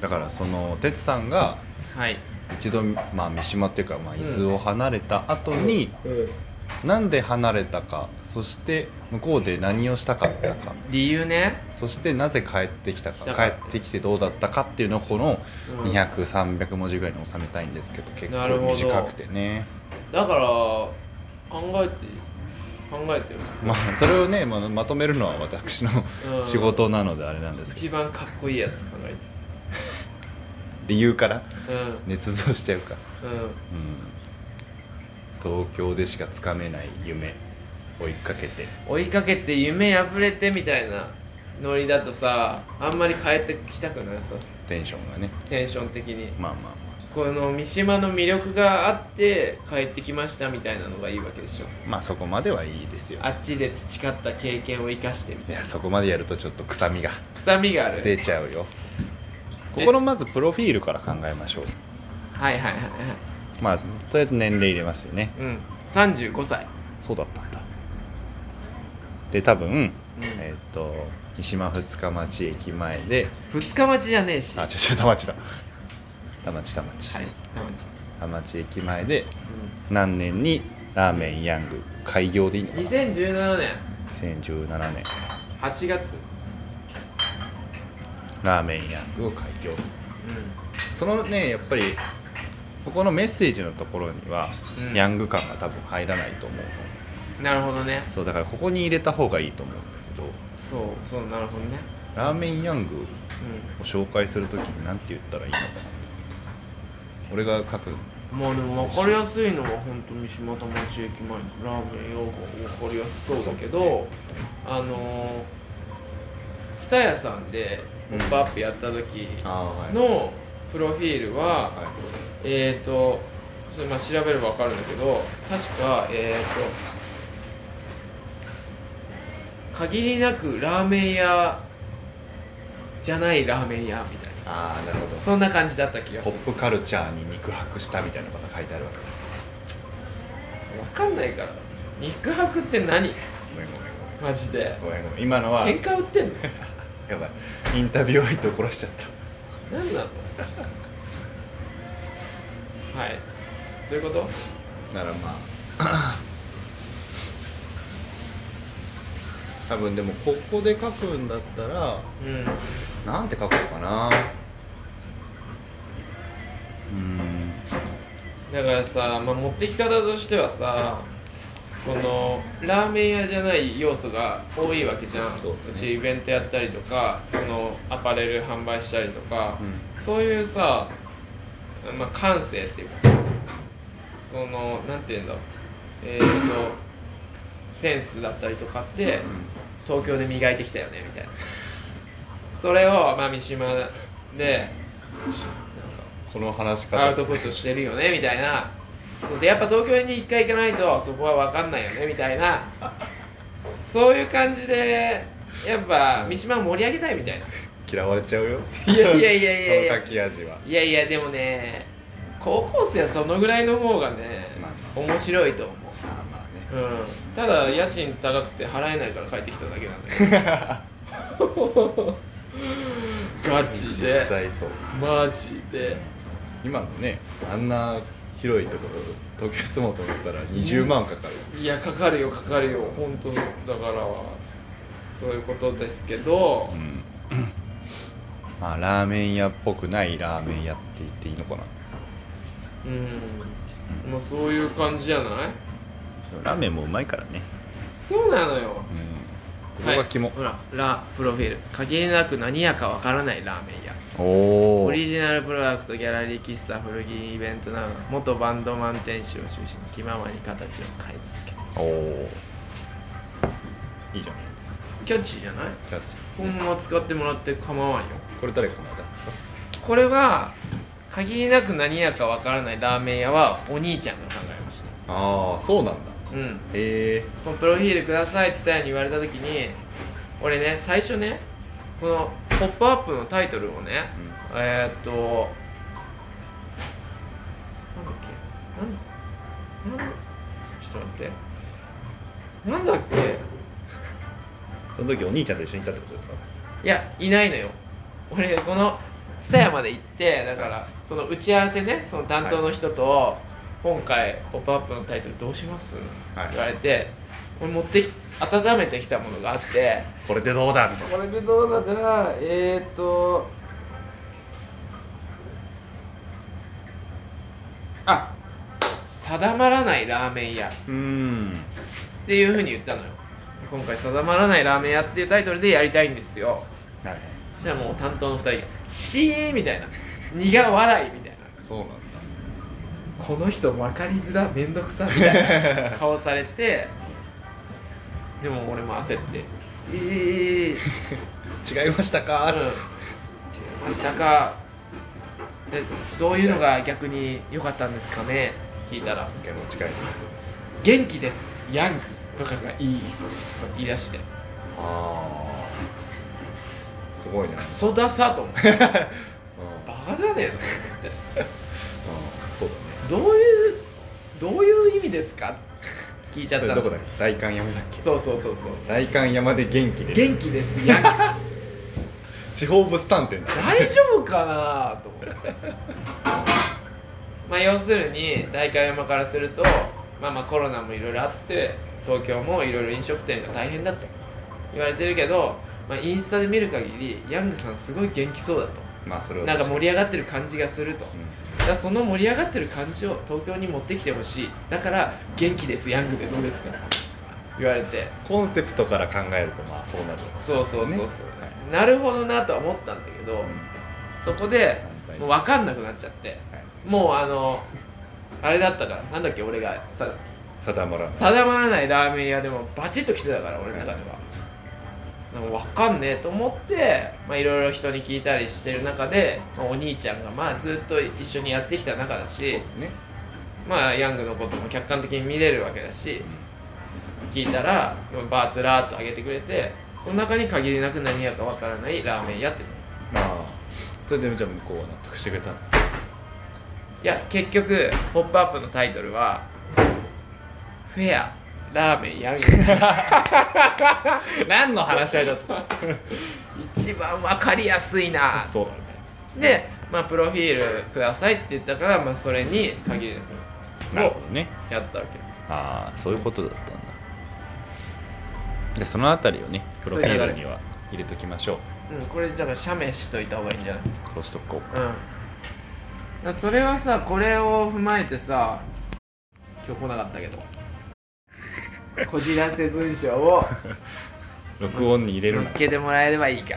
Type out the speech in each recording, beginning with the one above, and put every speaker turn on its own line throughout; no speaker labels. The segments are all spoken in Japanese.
だからその哲さんが
はい
一度、まあ、三島っていうか、まあ、伊豆を離れた後に、
うん
なんで離れたかそして向こうで何をしたかったか
理由ね
そしてなぜ帰ってきたか
だから
帰ってきてどうだったかっていうのをこの
うん
200300文字ぐらいに収めたいんですけど結
なるほ
構
ど
短くてね
だから考えて考えてよ
まあそれをね、まあ、まとめるのは私の
うん
仕事なのであれなんですけど
一番かっこいいやつ考え
理由から
てうん
捏造しちゃうか、
うん
うん、東京でしかつかめない夢追いかけて
追いかけて夢破れてみたいなノリだとさあんまり帰ってきたくなさそう
テンションがね
テンション的に
まあまあま
この三島の魅力があって帰ってきましたみたいなのがいいわけでしょ
あまあそこまではいいですよ
あっちで培った経験を生かしてみ
い
たいな
やそこまでやるとちょっと臭みが
臭みがある
出ちゃうよここのまずプロフィールから考えましょう
はいはいはいはい
まあとりあえず年齢入れますよね
うん35歳
そうだったんだで多分、えっ、と三島二日町駅前で
二日町じゃねえし
あちょちょ田町だ田町田町、
はい田町
田町駅前で何年にラーメンヤング開業でいいのかな
2017年
2017年
8月
ラーメンヤングを開業
う
そのねやっぱりここのメッセージのところには、
うん
ヤング感が多分入らないと思うの
んなるほどね
そうだからここに入れた方がいいと思うんだけど
そうそうなるほどね
ラーメンヤング
う
を紹介するときに何て言ったらいいのかな俺が書く
んもうでも分かりやすいのは本当三島田町駅前のラーメン用語分かりやすそうだけどあのー蔦屋さんで「ポップアップやった時
あ
のプロフィールは、
はい
えっ、ー、とそれまあ調べれば分かるんだけど確かえっ、ー、と限りなくラーメン屋じゃないラーメン屋みたい
ああなるほ
なそんな感じだった気がす
ポ
る
ップカルチャーに肉薄したみたいなことが書いてあるわけだ
分かんないから肉薄って何
ごめんごめん
マジで
ごめんごめんごめん今のは
喧嘩売ってんの
やばいインタビュー相手を殺しちゃった
何なのはいどういうこと
ならまあ多分でもここで書くんだったら
うん
なんて書こうかなうーん
だからさ、まあ、持ってき方としてはさこのラーメン屋じゃない要素が多いわけじゃん
そうだね
ちイベントやったりとかそのアパレル販売したりとか、
う
そういうさ、まあ、感性っていうかさそのなんていうんだろうえっ、とセンスだったりとかって、東京で磨いてきたよねみたいなそれをまあ三島で
この話し
ア
方
ウトプットしてるよねみたいなそうそうやっぱ東京に一回行かないとそこは分かんないよねみたいなそういう感じでやっぱ三島を盛り上げたいみたいな
嫌われちゃうよ
いやいやいやいやいや
その書き味はい
やいやでもね高校生はそのぐらいの方がね
ま
面白いと思う
まあまあね
うんただ家賃高くて払えないから帰ってきただけなんだけ どガチ
実
で
際そう
マジで
今のねあんな広いところ東京住もうと思ったら20万かかる、
いやかかるよかかるよ本当だからそういうことですけど、
まあラーメン屋っぽくないラーメン屋って言っていいのかな
うん、まあそういう感じじゃない
ラーメンもうまいからね
そうなのよ
ここが肝、
はい、ほらラプロフィール限りなく何やかわからないラーメン屋
お
オ
ー
リジナルプロダクトギャラリー喫茶古着イベントなど元バンドマン店主を中心に気ままに形を変え続けて
おーいいじゃないですか
キャッチーじゃない
じゃあ
このまま使ってもらって構わんよ
これ誰が考えたんですか
これは限りなく何やかわからないラーメン屋はお兄ちゃんが考えました
ああそうなんだ
うん
へえ
このプロフィールくださいって伝えに言われた時に俺ね最初ねこの「ポップアップのタイトルをね、えー、っとなんだっけなんなんちょっと待ってなんだっけ
その時お兄ちゃんと一緒にいたってことですか
いやいないのよ俺この蔦屋まで行ってだからその打ち合わせねその担当の人と、今回「ポップアップのタイトルどうします
はい
言われて俺持ってき温めてきたものがあって
これでどうだみたいな
これでどうだかえー、っとあ定まらないラーメン屋っ
うん
ていうふうに言ったのよ今回定まらないラーメン屋っていうタイトルでやりたいんですよ
はい
そしたらもう担当の2人が「シーン!」みたいな苦笑いみたい
そうなんだ
なこの人分かりづらめんどくさみたいな顔されてでも俺も焦って「ええー」
違いましたか、
うん、違いましたかでどういうのが逆に良かったんですかね聞いたら
結構近いです
「元気ですヤング」とかがいいと言い出して
ああすごいね、うん
ク、ソダサ と思ってバカじゃねえの
そうだね
どういうどういう意味ですか聞いちゃっ
そ
た
れ
の
どこだっけ大観山だっけ
そうそうそうそう
大観山で元気です
元気ですヤング
地方物産展だ
大丈夫かなと思ってまあ要するに代官山からするとまあまあコロナもいろいろあって東京もいろいろ飲食店が大変だと言われてるけど、まあ、インスタで見る限りヤングさんすごい元気そうだと
まあそれは
なんか盛
り、
り上がってる感じがすると
うん
だからその盛り上がってる感じを東京に持ってきてほしいだから元気ですヤングでどうですか言われて
コンセプトから考えるとまあそうなるかもしれ
そ
な
う
い
そうそうそう、
ねはい
なるほどなとは思ったんだけど、そこでもう分かんなくなっちゃって
はい
もうあのあれだったからなんだっけ俺がさ
定まらない
定まらないラーメン屋でもバチッと来てたから俺の中では、でも分かんねえと思ってまあいろいろ人に聞いたりしてる中で、まあお兄ちゃんがまあずっと一緒にやってきた仲だし
ね
まあヤングのことも客観的に見れるわけだし聞いたらバーツラーっと上げてくれてその中に限りなく何屋か分からないラーメン屋って
まあそれでじゃあ向こうは納得してくれたんです
いや結局「ポップアップのタイトルは「フェアラーメンヤング」
何の話し合いだった
一番分かりやすいな
そうだね
で、まあ、プロフィールくださいって言ったから、まあ、それに限り
なる
を
ほどね
やったわ
ああそういうことだったんだでそのあたりをねプロフィールには入れときましょう
けうんこれだから写メしといた方がいいんじゃない
そうしとこ
うんだからそれはさこれを踏まえてさ今日来なかったけど こじらせ文章を
う録音に入れる
乗
な
っけてもらえればいいか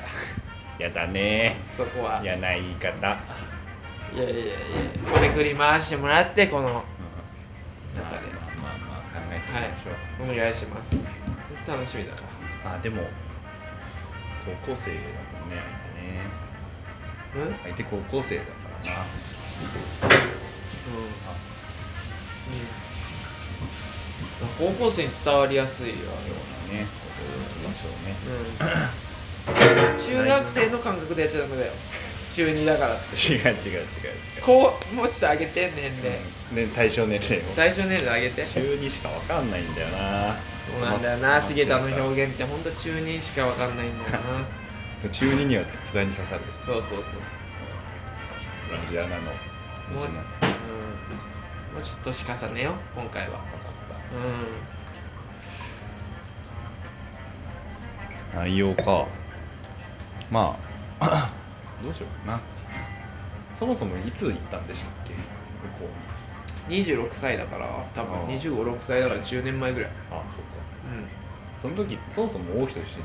ら
やだね
そこは
やない言い方
いやいやいやこれくり回してもらってこの
まあまあまあまあ考えてみましょう、
お願いします楽しみだな
まあでも高校生だもんね相手ね
うん、うん、
相手高校生だからな
高校生に伝わりやすいよ
ね行きましょうね
うん中学生の感覚でやっちゃダメだよ中2だから
違う違う違う違う
こうもうちょっと上げて年齢
ね対象年齢を
対象年齢上げてそ
中2しかわかんないんだよな
うなんだよな重田の表現ってほんと中2しか分かんないん だよな
中2には絶大に刺さる
そうそうそうそう
ラジアナの
もう,、
虫
うん、
の
も
わか
うちょっと年重ねよう今回は
っ
う
た内容かまあ どうしようかなそもそもいつ行ったんでしたっけ向こうに
ん26歳だから多
ああ
分256歳だから10年前ぐらい
あそっか
う
その時そもそも大人出身でしたっ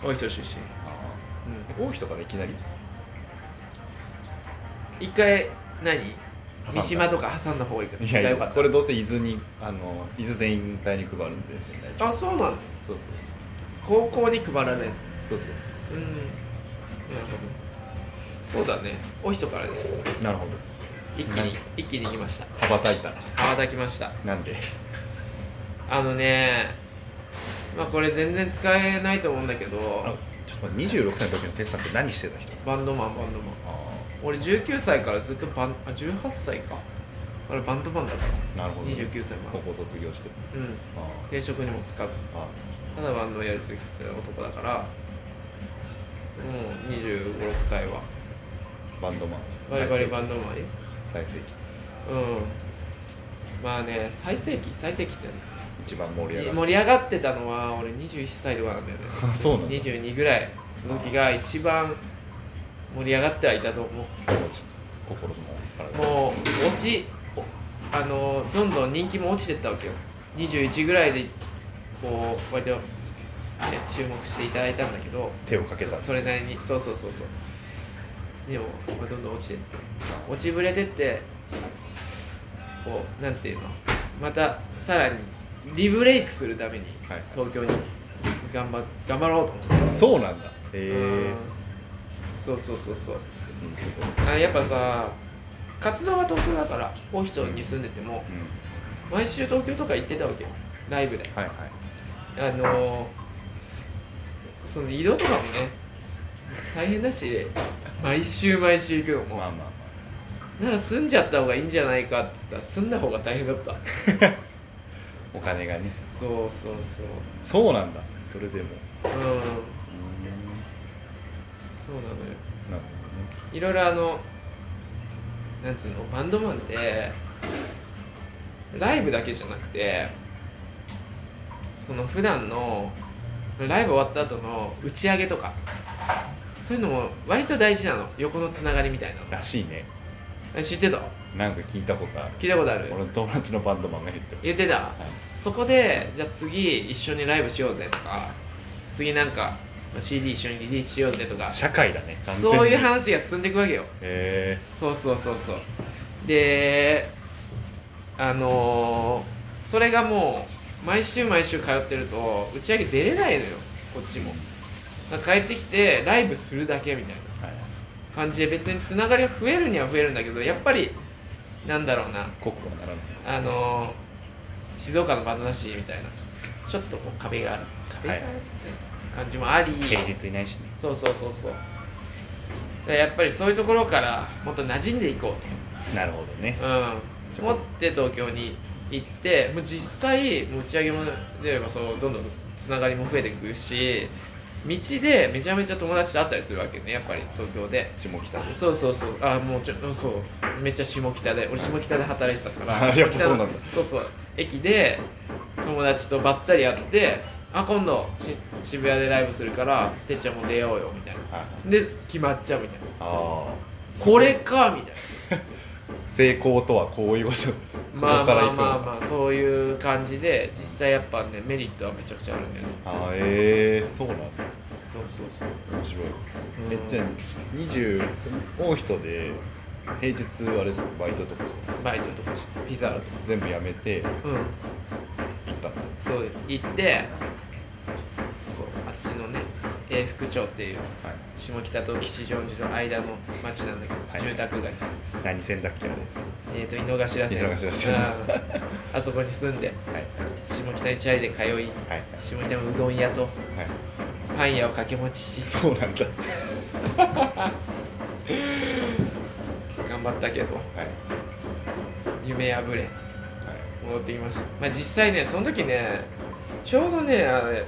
け
ん大人出身
あ
う
あ大人からいきなり
ん一回何
挟んだ
三島とか挟んだ方がいいから
いやい
よ
や
かった
これどうせ伊豆にあの伊豆全員隊に配るんで全体
あそうなの
そうそうそう
高校に配られる
そうそう
うんなるほどそうだねお人からです
そうなるほど
一気
何
に一気に行きました
羽ばたいた
羽ばたきました
なんで
あのねまあこれ全然使えないと思うんだけど
あちょっと待って26歳の時のテスさんって何してた人
バンドマンバンドマン
あ
俺19歳からずっとバンあ18歳か俺バンドマンだから
あなるほど、
29歳ま
高
で
校卒業して
うん
あ
定職にも使う
ああ
ただバンドをやり続けてる男だからもう2 5 6歳は
バンドマン
バリバリバンドマンよ
最盛期
うんまあね最盛期最盛期って
一番盛り上がる
盛り上がってたのは俺21歳とかなんだよね
あそうなんだ
22ぐらいの時が一番盛り上がってはいたと思う
心も体も
もう落ちおあのどんどん人気も落ちてったわけよ21ぐらいでこう割と、ね、注目していただいたんだけど
手をかけた
そそれなりにそうそうそうそうでも、まあ、どんどん落ちてって落ちぶれてってこうなんていうのまたさらにリブレイクするために
はい
東京に頑張頑張ろうと思って、
そうなんだへ
うん
え
そうそうそうそうあやっぱさ活動が東京だからオフィスに住んでても
うん
毎週東京とか行ってたわけよライブで
はいはい
あのー、その移動とかもね大変だし毎週毎週行くのも、
まあまあま
なら住んじゃった方がいいんじゃないかっつったら住んだ方が大変だった
あお金がね
そうそうそう
そうなんだそれでも
うんそうなのよ
なる
いろいろあのなんつうのバンドマンってライブだけじゃなくてその普段のライブ終わった後の打ち上げとかそういうのも割と大事なの横のつながりみたいな
ほどらしいね
え知ってた
なんか聞いたことある
聞いたことある
俺の友達のバンドマンが言ってま
言っ
した
てた、
い
そこでじゃあ次一緒にライブしようぜとか次なんかまあ CD 一緒にリリースしようぜとか
社会だね完全に
そういう話が進んでいくわけよ
へ
そうそうそうそうであのーそれがもう毎週毎週通ってると打ち上げ出れないのよこっちもだから帰ってきてライブするだけみたいな
えはい
感じで別につながりは増えるには増えるんだけどやっぱりなんだろうな
濃くはならない
あのー静岡のバンドだしみたいなちょっとこう壁がある壁がある
はい
感じもあり、
平日いないしね
そうそうそうそうだからやっぱりそういうところからもっと馴染んでいこ
なるほどね
うと、うん、持って東京に行ってもう実際もう打ち上げもでればそうどんどんつながりも増えていくし道でめちゃめちゃ友達と会ったりするわけねやっぱり東京で
下北で
そうそうそうあもうちょそうめっちゃ下北で俺下北で働いてたか ら
やっぱそうなんだ
北のそうそう駅で友達とばったり会ってあ今度し渋谷でライブするからてっちゃんも出ようよみたいな
はい
で決まっちゃうみたいな
ああ
これかみたいな
成功とはこういうことこ
ま
こ
あ
か
ま
ら
あ
行くの
まあまあそういう感じで実際やっぱねメリットはめちゃくちゃあるんだよね
ああええそうなんだ
そうそうそう
面白い
ん
めっちゃ20多い人で平日あれですバイトとか
バイトとかしピザーラとか
全部やめて行っ
うん
たんだ
そう行ってそうあっちのね永福町っていう
はい
下北と吉祥寺の間の町なんだけど、
はい
住宅街
何線だっけあれ
えっ、と井の頭線
井の頭線
うんあそこに住んで
はい
下北にチャリで通い
はいはい
下北のうどん屋と
はい
パン屋を掛け持ちし
そうなんだは
頑張ったけど
いはい
夢破れ戻ってきましたまあ実際ねその時ねちょうどねあれ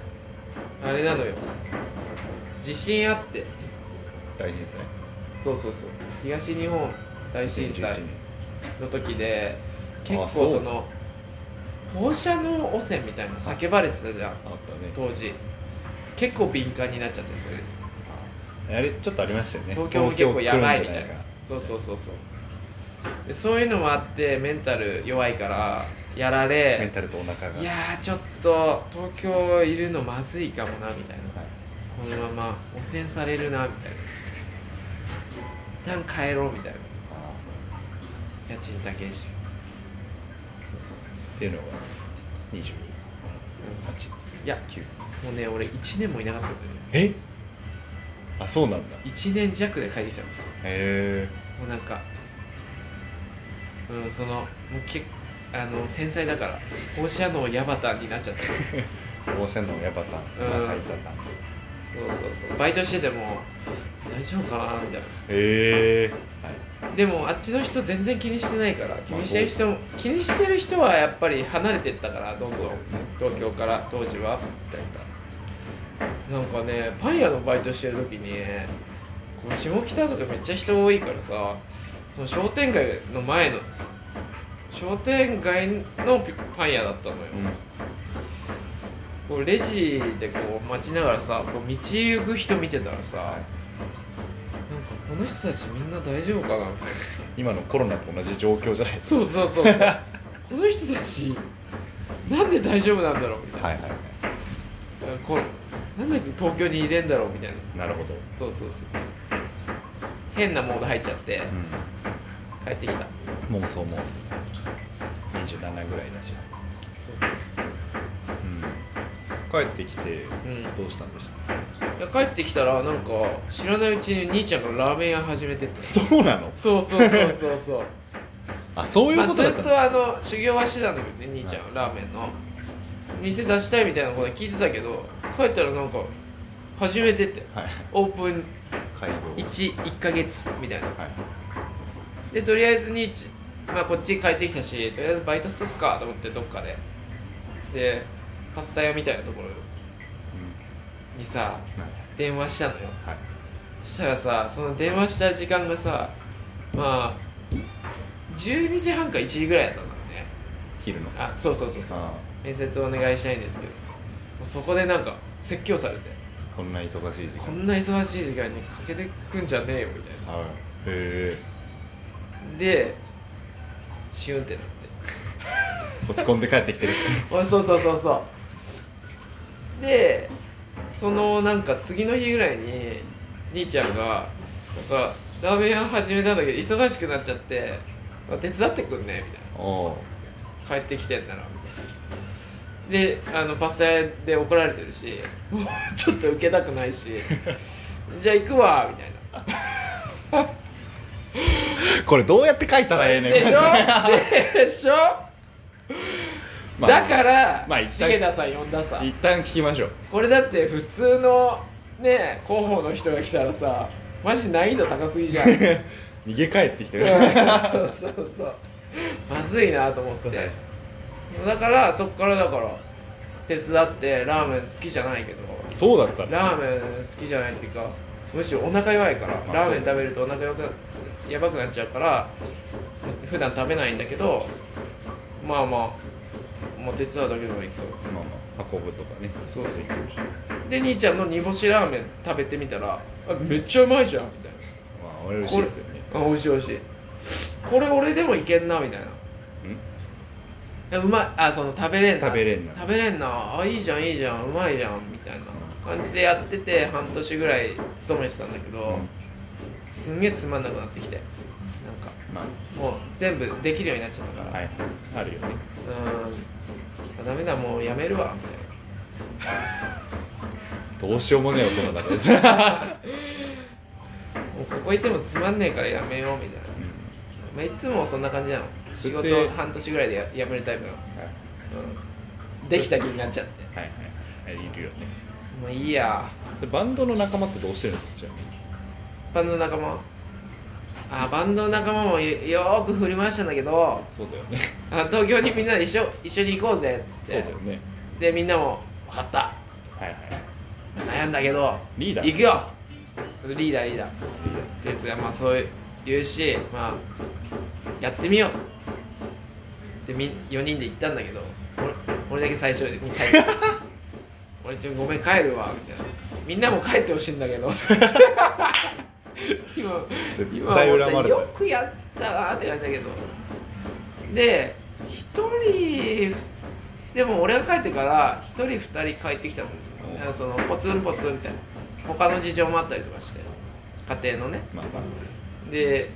あれなのよ地震あって
大震災
そうそうそう東日本大震災
2011
の時で結
あ
構
そう
その放射能汚染みたいなの叫ばれてたじゃん
あったね
当時結構敏感になっちゃってそれ
あれちょっとありましたよね
東京も結構やばいみたいな
東京来るんじゃか
そうそうそうそうでそういうのもあってメンタル弱いからや
メ
ら
ン
れ
タルとお腹が
いやーちょっと東京いるのまずいかもなみたいな
はい
このまま汚染されるなみたいな一旦帰ろうみたいな
あ
家賃だけにしようそうそうそう
ーっていうのが28
いや
9
もうね俺1年もいなかったんだよ
え
ね
あそうなんだへ
1年弱で帰ってきたんですよ
え
もうなんかうんそのもうけあの繊細だから放射能ヤバタンになっちゃったそう
放射能やバタン
うん
またいたんだ
そうそうバイトしてても大丈夫かなみたい
へえはい
なでもあっちの人全然気にしてないから気にしてる
そ
人も気にしてる人はやっぱり離れてったからどんどん東京から当時は
だいた
なんかねパン屋のバイトしてる時にもう下北とかめっちゃ人多いからさその商店街の前の商店街のピパン屋だったのよ、こうレジでこう待ちながらさこう道行く人見てたらさ、なんかこの人たちみんな大丈夫かなみたいな
今のコロナと同じ状況じゃないです
そうそうそうこの人たちなんで大丈夫なんだろうみたい
か
な、
はいはい
こなんで東京にいれんだろうみたいな
なるほど、
そうそうそうそう変なモード入っちゃって帰ってきた
うん、妄想も27ぐらいだし、
そうそうそう
うん、帰ってきて
うん
どうしたんでした、
いや帰ってきたらなんか知らないうちに兄ちゃんがラーメン屋始めてて
そうなの
そうそうそうそうそう
あそういう
まあ、
こと
ず
だ
っ
ったの、
とあの修行はしてたんだけどね兄ちゃんはラーメンの店出したいみたいなこと聞いてたけど帰ったらなんか初めてって
はい
オープン
会合
11ヶ月みたいな
はい
でとりあえず兄ちゃん、まあ、こっち帰ってきたしとりあえずバイトすっかと思ってどっかででパスタ屋みたいなところにさ
うんはい
電話したのよ
はい
そしたらさその電話した時間がさまあ12時半か1時ぐらいだったんだろうね
昼の
あそうそうそうそう
さ
面接お願いしたいんですけどもうそこでなんか説教されて
あこんな忙しい時間
こんな忙しい時間にかけてくんじゃねえよみたい
はいへえ
なでシュンってなって
落ち込んで帰ってきてるし
あそうそうそうそうでそのなんか次の日ぐらいに兄ちゃんが「なんかラーメン屋始めたんだけど忙しくなっちゃって手伝ってくんね」みたいな
おお
帰ってきてんだなみたいなであのパスタ屋で怒られてるし もうちょっと受けたくないし じゃあ行くわみたいな
これどうやって書いたらええねん
でし
マジで
ょでしょ、
まあ
だから、
まあ一旦
重田さん呼んださ
一旦聞きましょう
これだって普通のね広報の人が来たらさマジ難易度高すぎ じゃんうん
逃げ帰ってきてる
そうそうそうまずいなと思ってだからそっからだから手伝ってラーメン好きじゃないけど
そうだったの
ラーメン好きじゃないっていうかむしろお腹弱いから、
まあ
ラーメン
そ
食べるとお腹弱くなやばくなっちゃうから普段食べないんだけどまあまあもう手伝うだけでもいいと
まあまあ運ぶとかね
そうそうで兄ちゃんの煮干しラーメン食べてみたらあめっちゃうまいじゃんみたい
まあ俺美味しいですよね
なあ美味しい美味しいこれ俺でもいけんなみたいなえうまいあその食べれんな
食べれんな
食べれんなあいいじゃんいいじゃんうまいじゃんみたいな感じでやってて半年ぐらい勤めてたんだけど、すんげえつまんなくなってきてなんか
ま
もう全部できるようになっちゃったか
あ
ら、
はいあるよね
うーんあダメだもうやめるわみ
どうしようもねえ大人だからです
たいなもうここいてもつまんねえからやめようみたいな、まあ、いつもそんな感じなの
そ
仕
れっ
事
て
半年ぐらいでややめるタイプなの、うん、できた気になっちゃって
はいはいはいいるよね
もういいや
それバンドの仲間ってどうしてるんですかちなみに
バンドの仲間あバンドの仲間もよよーく振り回したんだけど
そうだよね
あ東京にみんなで一緒一緒に行こうぜっつっ
そうだ
て
よね
でみんなも「分かった」
はいはい
悩んだけど
リーダー
行くよリーダーリーダー哲也まあそう言うしまあやってみようでみ4人で行ったんだけど俺俺だけ最初に 帰る俺ちょっとごめん帰るわみたいなみんなも帰ってほしいんだ けど 今
絶対恨まれた
今思ったよくやったなって感じだけどで1人でも俺が帰ってから1人2人帰ってきたの
お
そのポツンポツンみたいな他の事情もあったりとかして家庭のね
まあ
で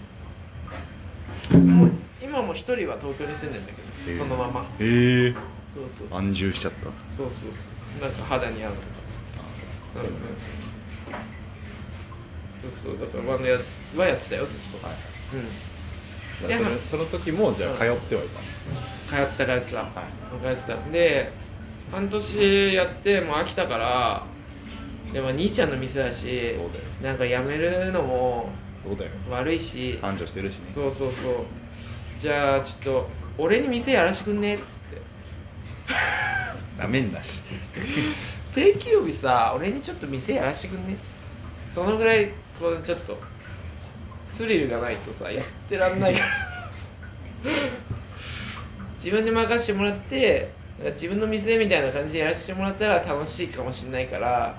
もう今も1人は東京に住んでんだけ
へえ
どそのまま
ええ
そうそうそう
安住しちゃった
そうそうそうなんか肌に合うとかっつっ
そうだ
て
ね
そうそうだからバンドやはやってたよずっと
はい
うん
まあそれその時もじゃあ通ってはいた
通ってた通ってた、
はい
通ってたで半年やってもう飽きたからでも兄ちゃんの店だし
そうだよ
なんか辞めるのも
そうだよ
悪いし
繁盛してるしね
そうそうそうじゃあちょっと俺に店やらしてくんねっつって
なめんなし
定休日さ俺にちょっと店やらしてくんねそのぐらいこうちょっとスリルがないとさやってらんないから 自分で任せてもらって自分の店みたいな感じでやらせてもらったら楽しいかもしれないから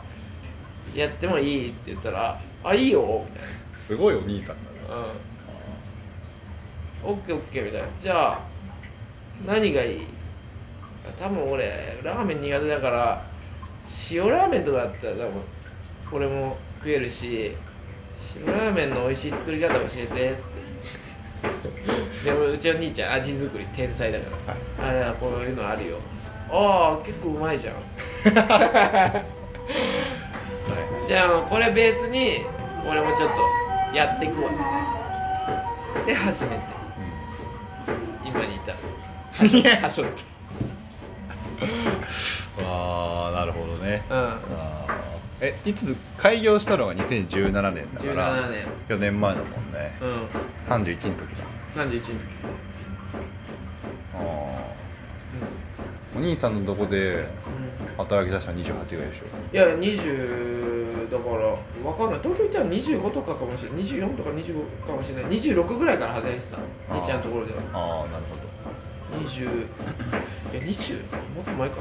やってもいいって言ったら「あいいよ」みたいな。
すごいお兄さんだね
うん、オッケーオッケーみたいなじゃあ何がいい多分俺ラーメン苦手だから塩ラーメンとかだったら多分これも食えるし塩ラーメンの美味しい作り方教えてってでもうちの兄ちゃん味作り天才だから、ああこういうのあるよああ結構うまいじゃん
は
じゃあもうこれベースに俺もちょっとやっていくわで初めて今に至る
いや
はしょって
い ああなるほどね
うん
あーえいつ開業したのが2017年だから
17年
4年前だもんね
うん
31の時だ
31日
あーお兄さんのとこで働き出したの28ぐらいでしょ
いや20だからわかんない東京行ったら25とかかもしれない24とか25かもしれない26ぐらいから外れてた
ー
兄ちゃんのところでは
ああなる
20いや20もっと前か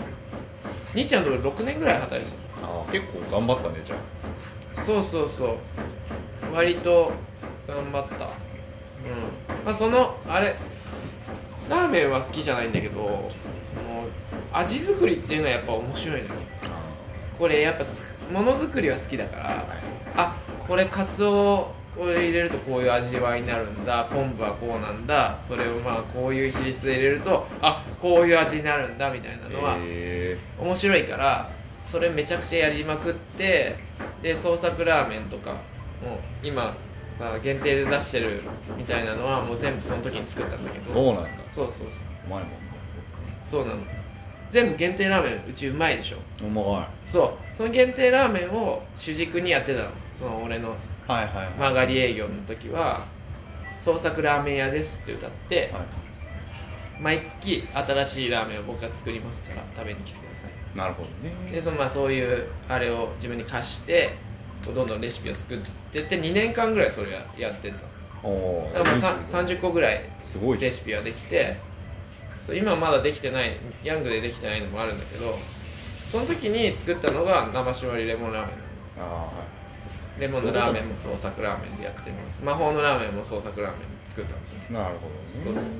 兄ちゃんのところ6年ぐらい働いてた
ほどあー結構頑張ったねじゃ
そうそうそう割と頑張ったうんまあそのあれラーメンは好きじゃないんだけどその味作りっていうのはやっぱ面白いのよ
あ
これやっぱつくものづくりは好きだからあこれカツオを入れるとこういう味わいになるんだ昆布はこうなんだそれをまあこういう比率で入れるとあこういう味になるんだみたいなのは、
え
面白いからそれめちゃくちゃやりまくってで創作ラーメンとかも今さ限定で出してるみたいなのはもう全部その時に作ったんだけ
ー、
ど
そうなんだ
そうそうそう
うまいもんね
そうなの全部限定ラーメンうちうまいでしょ
うまいは
そうその限定ラーメンを主軸にやってたのその俺の
いはいはい
曲がり営業の時は創作ラーメン屋ですって歌って
は
毎月新しいラーメンを僕が作りますから食べに来てください
いなるほど
で
ね
そのまあそういうあれを自分に貸してこうどんどんレシピを作ってって2年間ぐらいそれややってた
おお
だからまあさ30個ぐらい
すごいじゃ
レ
ん
シピはできてそう今はまだできてないヤングでできてないのもあるんだけどその時に作ったのが生搾りレモンラーメン
あーはい
レモンのラーメンも創作ラーメンでやってます魔法のラーメンも創作ラーメン作ったんですよ
なる
そ
ほ
う
ど
そ
ね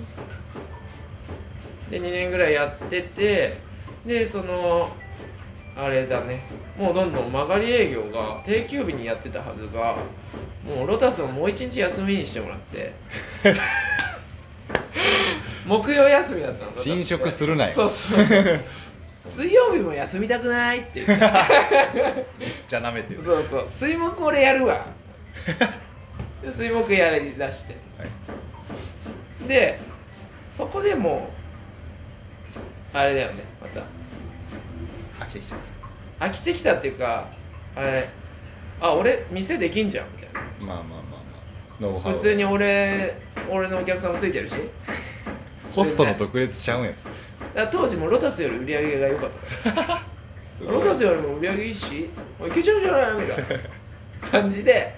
うで2年ぐらいやっててでそのあれだねもうどんどん曲がり営業が定休日にやってたはずがもうロタスをもう一日休みにしてもらって 木曜休みだったのロタスって
侵食するなよ
そうそう水曜日も休みたくないっ て言って
じゃあなめてる
そうそう水木俺や るわで水木やりだして、でそこでもうあれだよねまた
飽きてきちゃっ
飽きてきたっていうかあれあ俺店できんじゃんみたい
たまあまあまあまあノウハ
な
ウ
普通に俺俺のお客さんもついてるしだか
ホストの特別ちゃうんや
ら当時もロタスより売り上げが良かった
す
ロタスよりも売り上げいいしいけちゃうんじゃないみたいな感じで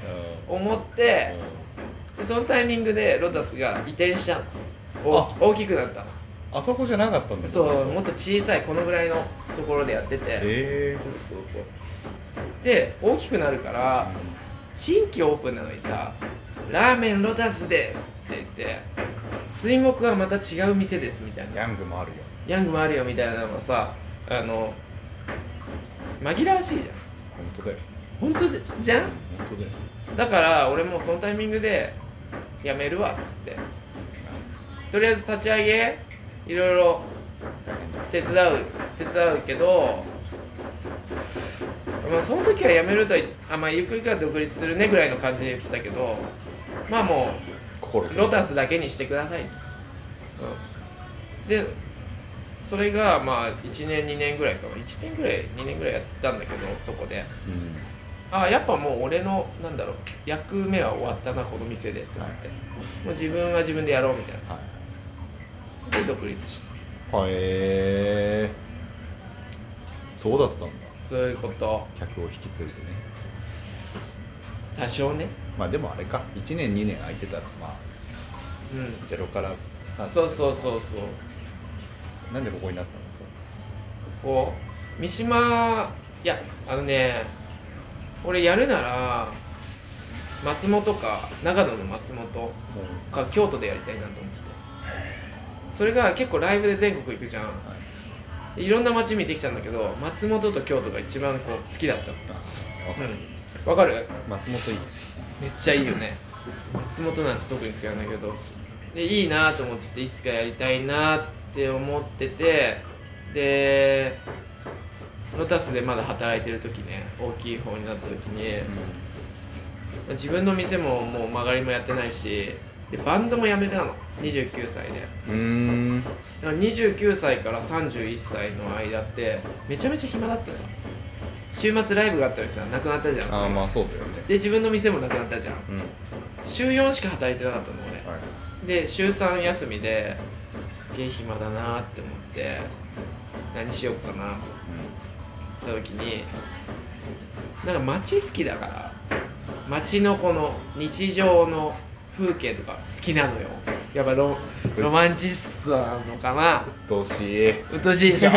思ってでそのタイミングでロタスが移転したの
あ
お大きくなったの
あそこじゃなかったんだ
そうもっと小さいこのぐらいのところでやってて
え
そうそうそうで大きくなるから新規オープンなのにさ「ラーメンロタスです」って言って水木はまた違う店ですみたい
ー
な
ヤングもあるよ
ヤングもあるよみたいなのはさあの紛らわしいじゃん
本当だよ
本当じじゃん
本当だよ
だから俺もうそのタイミングでやめるわっつってとりあえず立ち上げいろいろ手伝う手伝うけど、まあ、その時はやめるとはあまあゆくゆくは独立するねぐらいの感じで言ってたけどまあも
心
うロタ
ス
スだけにしてください、うん、でそれがまあ1年2年ぐらいかな1年ぐらい2年ぐらいやったんだけどそこで
うん
あやっぱもう俺のなんだろう役目は終わったなこの店でって思って、もう自分は自分でやろうみたい
はい
なで独立した
はいへえそうだったんだ
そういうこと
客を引き継いでね
多少ね
まあでもあれか1年2年空いてたらまあ
う
ゼロからスター
ん
ト
そうそうそうそう
なんでここになったんですか
こう三島いやあのね俺やるなら松本か長野の松本か京都でやりたいなと思っててそれが結構ライブで全国行くじゃん、い、ろんな街見てきたんだけど松本と京都が一番こう好きだった
あわか
の
る
うんわかる
松本いいですよ
めっちゃいいよね松本なんて特に好きなんだけどでいいなと思ってていつかやりたいなって思っててでロタスでまだ働いてる時ね大きい方になった時に自分の店ももう曲がりもやってないしでバンドも辞めたの29歳で
うーん
だから29歳から31歳の間ってめちゃめちゃ暇だったさ週末ライブがあったのにさなくなったじゃん
ああまあそうだよね
で自分の店もなくなったじゃん
うん
週4しか働いてなかったの俺
はい
で週3休みですげえ暇だなって思って何しよっかなって言った時になんか街好きだから街のこの日常の風景とか好きなのよやっぱロロマンチストなのかな
うんどうし違う
うっとうしいで しょ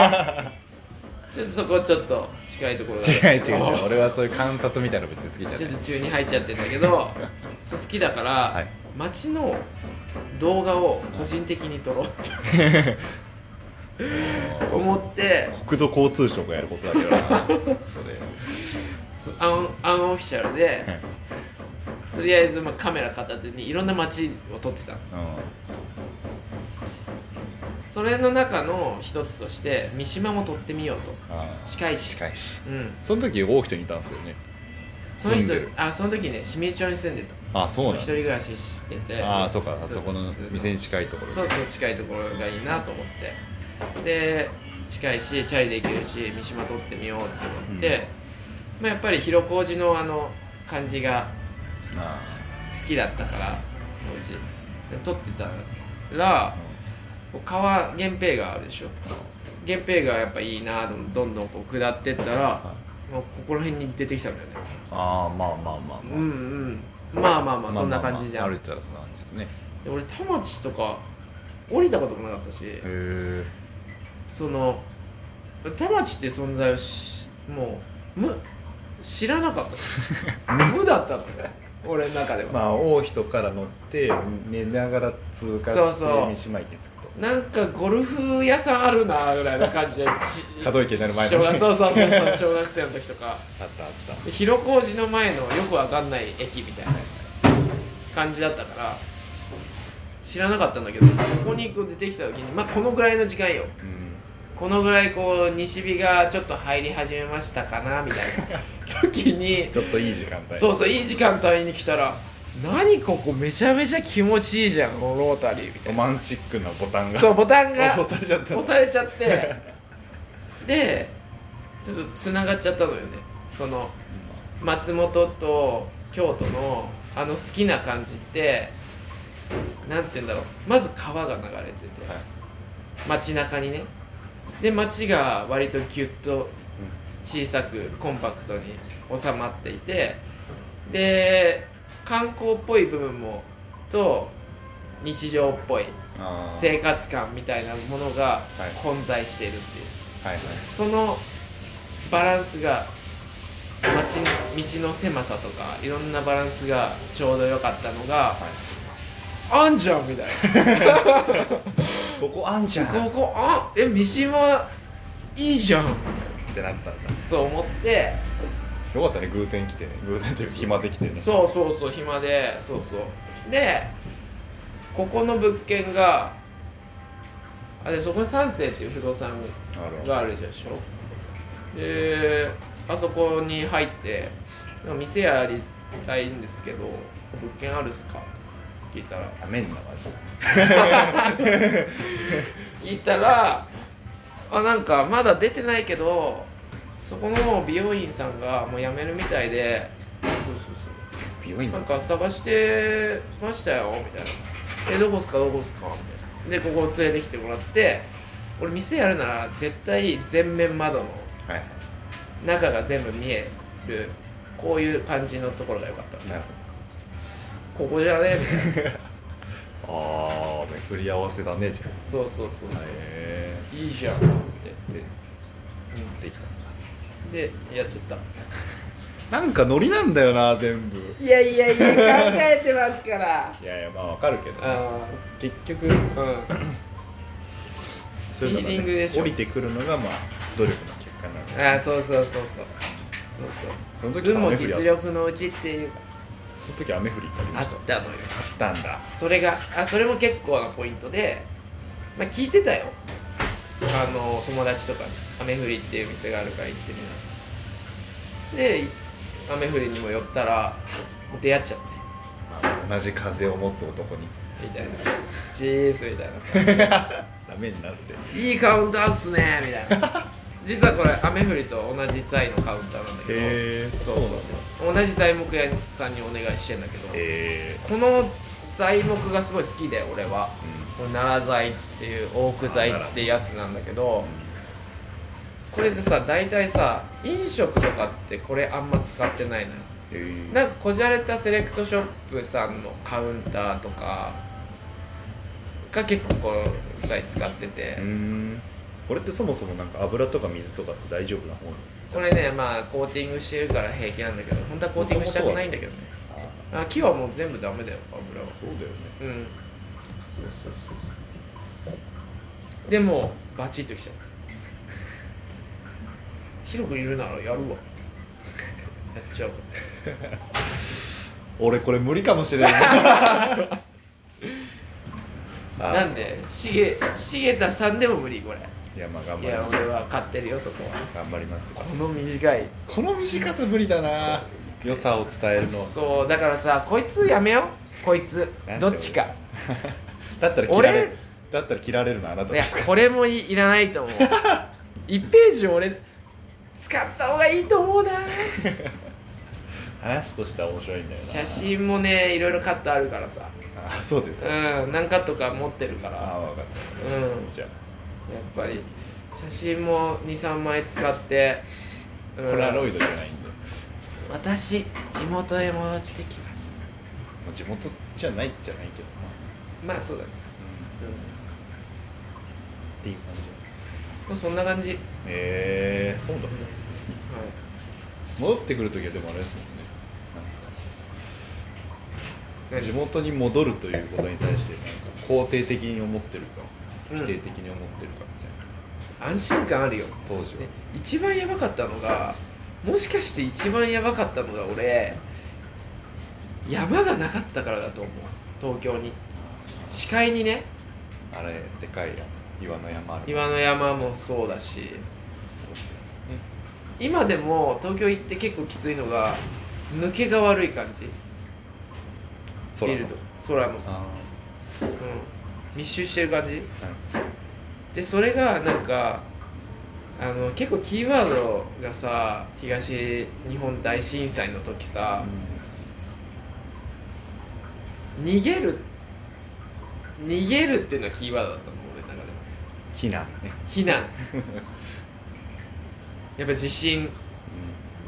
ちょっとそこちょっと近いところだ
違う違う俺はそういう観察みたいなの別に好き
ち
じ
ょ
ゃ
っ
ない
と中に入っちゃってんだ けど好きだから、
はい
街の動画を個人的に撮ろうって 思って
国土交通省がやることだけどなそれ
そアンアンオフィシャルで
はい
とりあえずまあカメラ片手にいろんな街を撮ってたの
う
それの中の一つとして三島も撮ってみようと
んああ
近いし
近いし
うん
その時大人にいたんですよね
その
住ん
人
でる
あその時ね清水町に住んでた
ああそう
一
なん
人
だ
暮らししてて
ああそうかあそこの店に近いところ
そうそう近いところがいいなと思ってで近いしチャリで行けるし三島撮ってみようって思って、まあ、やっぱり広小路のあの感じが
あ
好きだったから当時で撮ってたらこう川源平川あるでしょ源平川やっぱいいなと思ってどんどんこう下ってったらもうここら辺に出てきたんだよね
あああまあまあまあ
うんうんまあまあまあそんな感じじゃん、
歩いてたらそんな感じですねへ
で俺田町とか降りたこともなかったし、
え
その田町って存在をしもう無知らな かったの無だったの俺の中では、
まあ大人から乗って寝ながら通過
そう
して
そう
三島駅に着くと
なんかゴルフ屋さんあるなぐらいな感じで
可動域になる前の
小学そうそうそうそう小学生の時とか
あったあった
で広小路の前のよくわかんない駅みたいな感じだったから知らなかったんだけどここにこう出てきた時にまあこのぐらいの時間よ
うん
このぐらいこう西日がちょっと入り始めましたかなみたいな 時に
ちょっといい時間帯
そうそういい時間帯に来たら何ここめちゃめちゃ気持ちいいじゃんこのロータリーみた
ロマンチックなボタンが
いなそうボタンが
押されちゃった
押されちゃって でちょっとつながっちゃったのよねその松本と京都のあの好きな感じってなんて言うんだろうまず川が流れてて、
はい
街中にねで街が割とギュッと小さくコンパクトに収まっていてで観光っぽい部分もと日常っぽい
あー
生活感みたいなものが
はい
混在しているっていう、
はいはい
そのバランスが街の道の狭さとかいろんなバランスがちょうど良かったのが、あんじゃんみたい
ここあんじゃん
なここあえ三島いいじゃん
ってなったんだ
そう思って
よかったね偶然来てね偶然というか暇で来てね
そうそうそう暇でそうそうでここの物件があでそこに三世っていう不動産
なるほど
があるでしょであそこに入って「なんか店やりたいんですけど物件あるっすか?」って聞いたら
ダメんなマジで
聞いたらあなんかまだ出てないけどそこの美容院さんがもう辞めるみたいでそうそうそう
美容院だ
なんか探してましたよみたいな「えどこっすかどこっすか?」みたいなでここを連れてきてもらって俺店やるなら絶対全面窓の
はいはい
中が全部見えるこういう感じのところが良かったみたいな
ね
ここじゃねみたいな
あーめくり合わせだねじゃあ
そうそうそうそう、
へ
い、いじゃんって、
えでできたん
うん、でやっちゃった
だなんかノリなんだよな全部
いやいやいや考えてますから
いやいやまあわかるけど、
あ
結局
ーうん
そういうのが、
フィーリングでし
ね、
ょ
降りてくるのがまあ努力の結果になるね
あーそうそうそうそう
その
そうそう
時
運も
雨降りあ
実力のうちっていう
その時雨降りってありま
あっ
した
たのよ
あったんだ
それがあそれも結構なポイントで、まあ、聞いてたよあの友達とかに雨降りっていう店があるから行ってみなで雨降りにも寄ったら出会っちゃって
まあ同じ風を持つ男に
みたいな「チーズ」みたいな
ダメになって
「いいカウンターっすね」みたいな実はこれ雨降りと同じ材のカウンターなんだけど
へー
そうそうそう同じ材木屋さんにお願いしてんだけど、
え
この材木がすごい好きで俺は、これ奈良材っていうオーク材ってやつなんだけどこれでさ大体さ飲食とかってこれあんま使ってないのよ
えー
なんかこじゃれたセレクトショップさんのカウンターとかが結構この材使ってて、
うーんこれってそもそもなんか油とか水とかって大丈夫な方なの
これねまあコーティングしてるから平気なんだけど本当はコーティングしたくないんだけどねあ木はもう全部ダメだよ油は
そうだよね
うんそうそうそうそうでもバチッときちゃう広くいるならやるわやっちゃうわ
俺これ無理かもし れないあ
なんでしげ茂田さんでも無理これ
いやまあ頑
い
張り
や
ます
俺は買ってるよそこは
頑張ります
この短い
この短さ無理だな良さを伝えるの
そうだからさこいつやめようこいつ
なんで
どっちか
だったら切られ
俺
だったら切られるのあなた
い
で
や
すか
これもいいらな いと思う1ページ俺使った方がいいと思うな
話としては面白いんだよな
写真もねいろいろカットあるからさ
あそうですか
うん何カットか持ってるか
あ
ら
分かっ
うんやった
じゃ
ぱり写真も23枚使って、う
あ
ん
ポラロイドじゃないんでも
私地元へ戻ってきました
う地元じゃないじゃないけどな
まあそうだね、
っていう感じ
うん、そんな感じ、はい、
へえそうだったんですね戻ってくる時はでもあれですもんねなんか地元に戻るということに対してなんか肯定的に思ってるか
うん
否定的に思ってるかみたいな、
安心感あるよ
当時は
で一番やばかったのがもしかして一番やばかったのが俺山がなかったからだと思う東京に視界にね
あれでかい岩の山ある
岩の山もそうだし今でも東京行って結構きついのが抜けが悪い感じ
空
ビルド空の、うん、
あ
密集してる感
ー
じ
なんか
でそれがなんかあの結構キーワードがさ東日本大震災の時さ、逃げる逃げるっていうのがキーワードだったの俺の中で
避難ね、
避 難やっぱ地震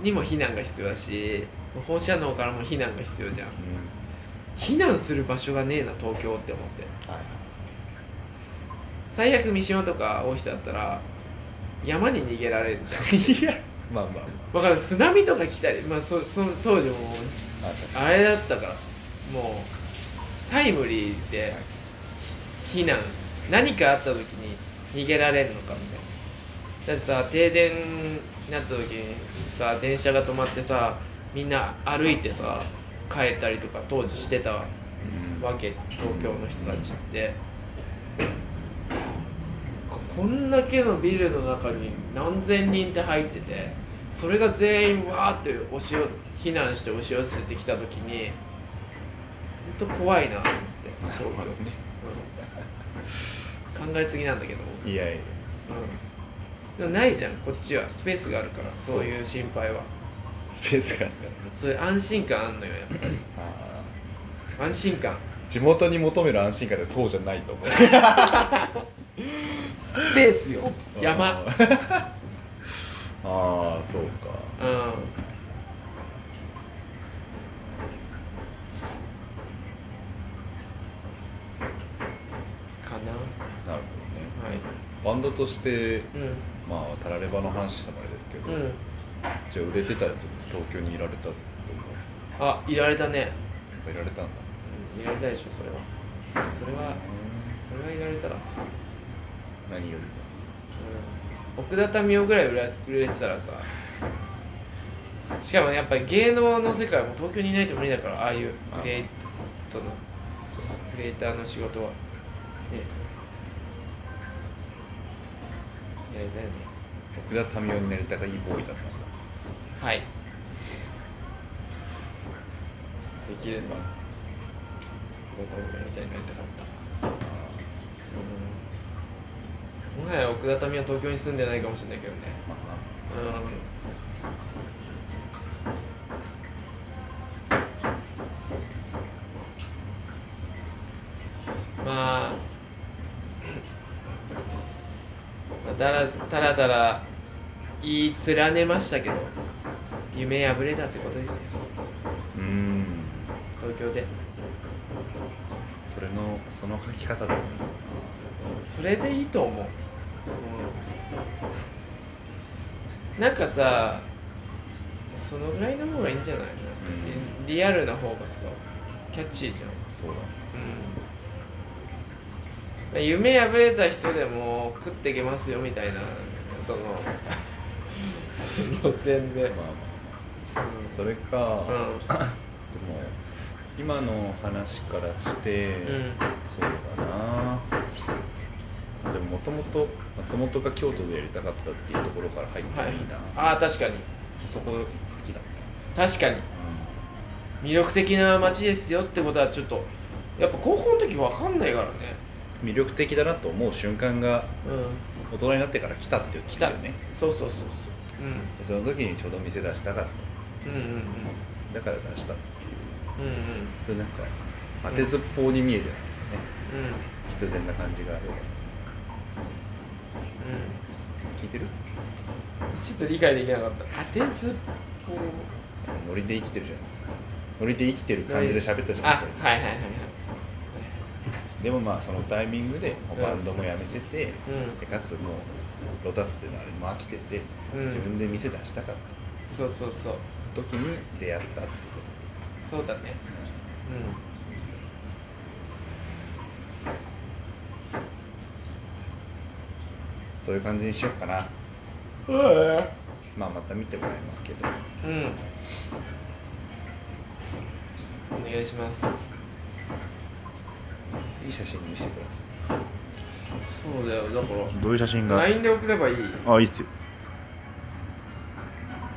にも避難が必要だし放射能からも避難が必要じゃん
うんうん
避難する場所がねえな東京って思って
はい
最悪三島とか大人だったら山に逃げられるじゃ ん
いやまあまあま
わかる津波とか来たりまあそその当時も
ああ確か
あれだったからもうタイムリーで避難何かあった時に逃げられるのかみたいなだってさ停電になった時にさ電車が止まってさみんな歩いてさ帰ったりとか当時してたわ
に、
わけ東京の人たちってここんだけのビルの中に何千人って入っててそれが全員わーって押し寄避難して押し寄せてきた時にほんと怖いなって東京、
なるほどね
うん考えすぎなんだけど、
うん、いやいや
うん、でもないじゃんこっちはスペースがあるからそういう心配は
スペースがあるからね
そういう安心感あんのよやっぱり
あ
安心感
ー地元に求める安心感でそうじゃない と思う
スペースよ山
ああそうか
うん
バンドとして
う
まあタラレバの話したもあれですけど、
んうん
じゃあ売れてたらずっと東京にいられたと思う
あいられたね
やっぱいられたんだ
うんいられたでしょそれはそれはそれはいられたら、
何よりも
うん、奥田民生ぐらい売れ売れてたらさしかもねやっぱり芸能の世界はもう東京にいないと無理だからああいうクリエイトのクリエイターの仕事はねやりたいよね
奥田民生になりたがいいボーイだったんだ
はいできれば僕はやりたいなりたかったうんもはや奥田民は東京に住んでないかもしれないけどね
まあな
うんまあだらだらだら言い連ねましたけど夢破れたってことですよ
うーん
東京で
それのその書き方だ
それでいいと思う、うん、なんかさそのぐらいの方がいいんじゃないのリリアルな方がさキャッチーじゃん、
そうだ
うん、夢破れた人でも食っていけますよみたいなその路線で、うん
まあまあそれか、
う
でも
ん
今の話からして、
うん
そうだなでももともと松本が京都でやりたかったっていうところから入った
は
ら
い
いいな、
ああ確かに
そこ好きだっ
確かに
た、
魅力的な街ですよってことはちょっとやっぱ高校の時分かんないからね
魅力的だなと思う瞬間が
うん
大人になってから来たっていう
来た
よね
そうそうそうそう
でその時にちょうど店出したかっ
うんうんうんうん
ただから出したっていう
うん
それなんか当てずっぽうに見えてないね、
うんうん
必然な感じがある聞いてる
ちょっと理解できなかった当てずっぽう
ノリで生きてるじゃないですかノリで生きてる感じで喋ったじゃな
あ
い
は
ですか
いはいはいはい
でもまあそのタイミングでもう
うん
バンドもやめてて、
うん
でかつもうロタスっていうのはあれも飽きてて、
うん
自分で店出したかっ
そうそうそう
た時に出会ったっていう
そうだね
そういう感じにしようかな
うんうん
まあまた見てもらいますけど
うんお願いします
いい写真見せてくださ
そうだよだから
いどういう写真
LINE で送ればいい
あいいっすよ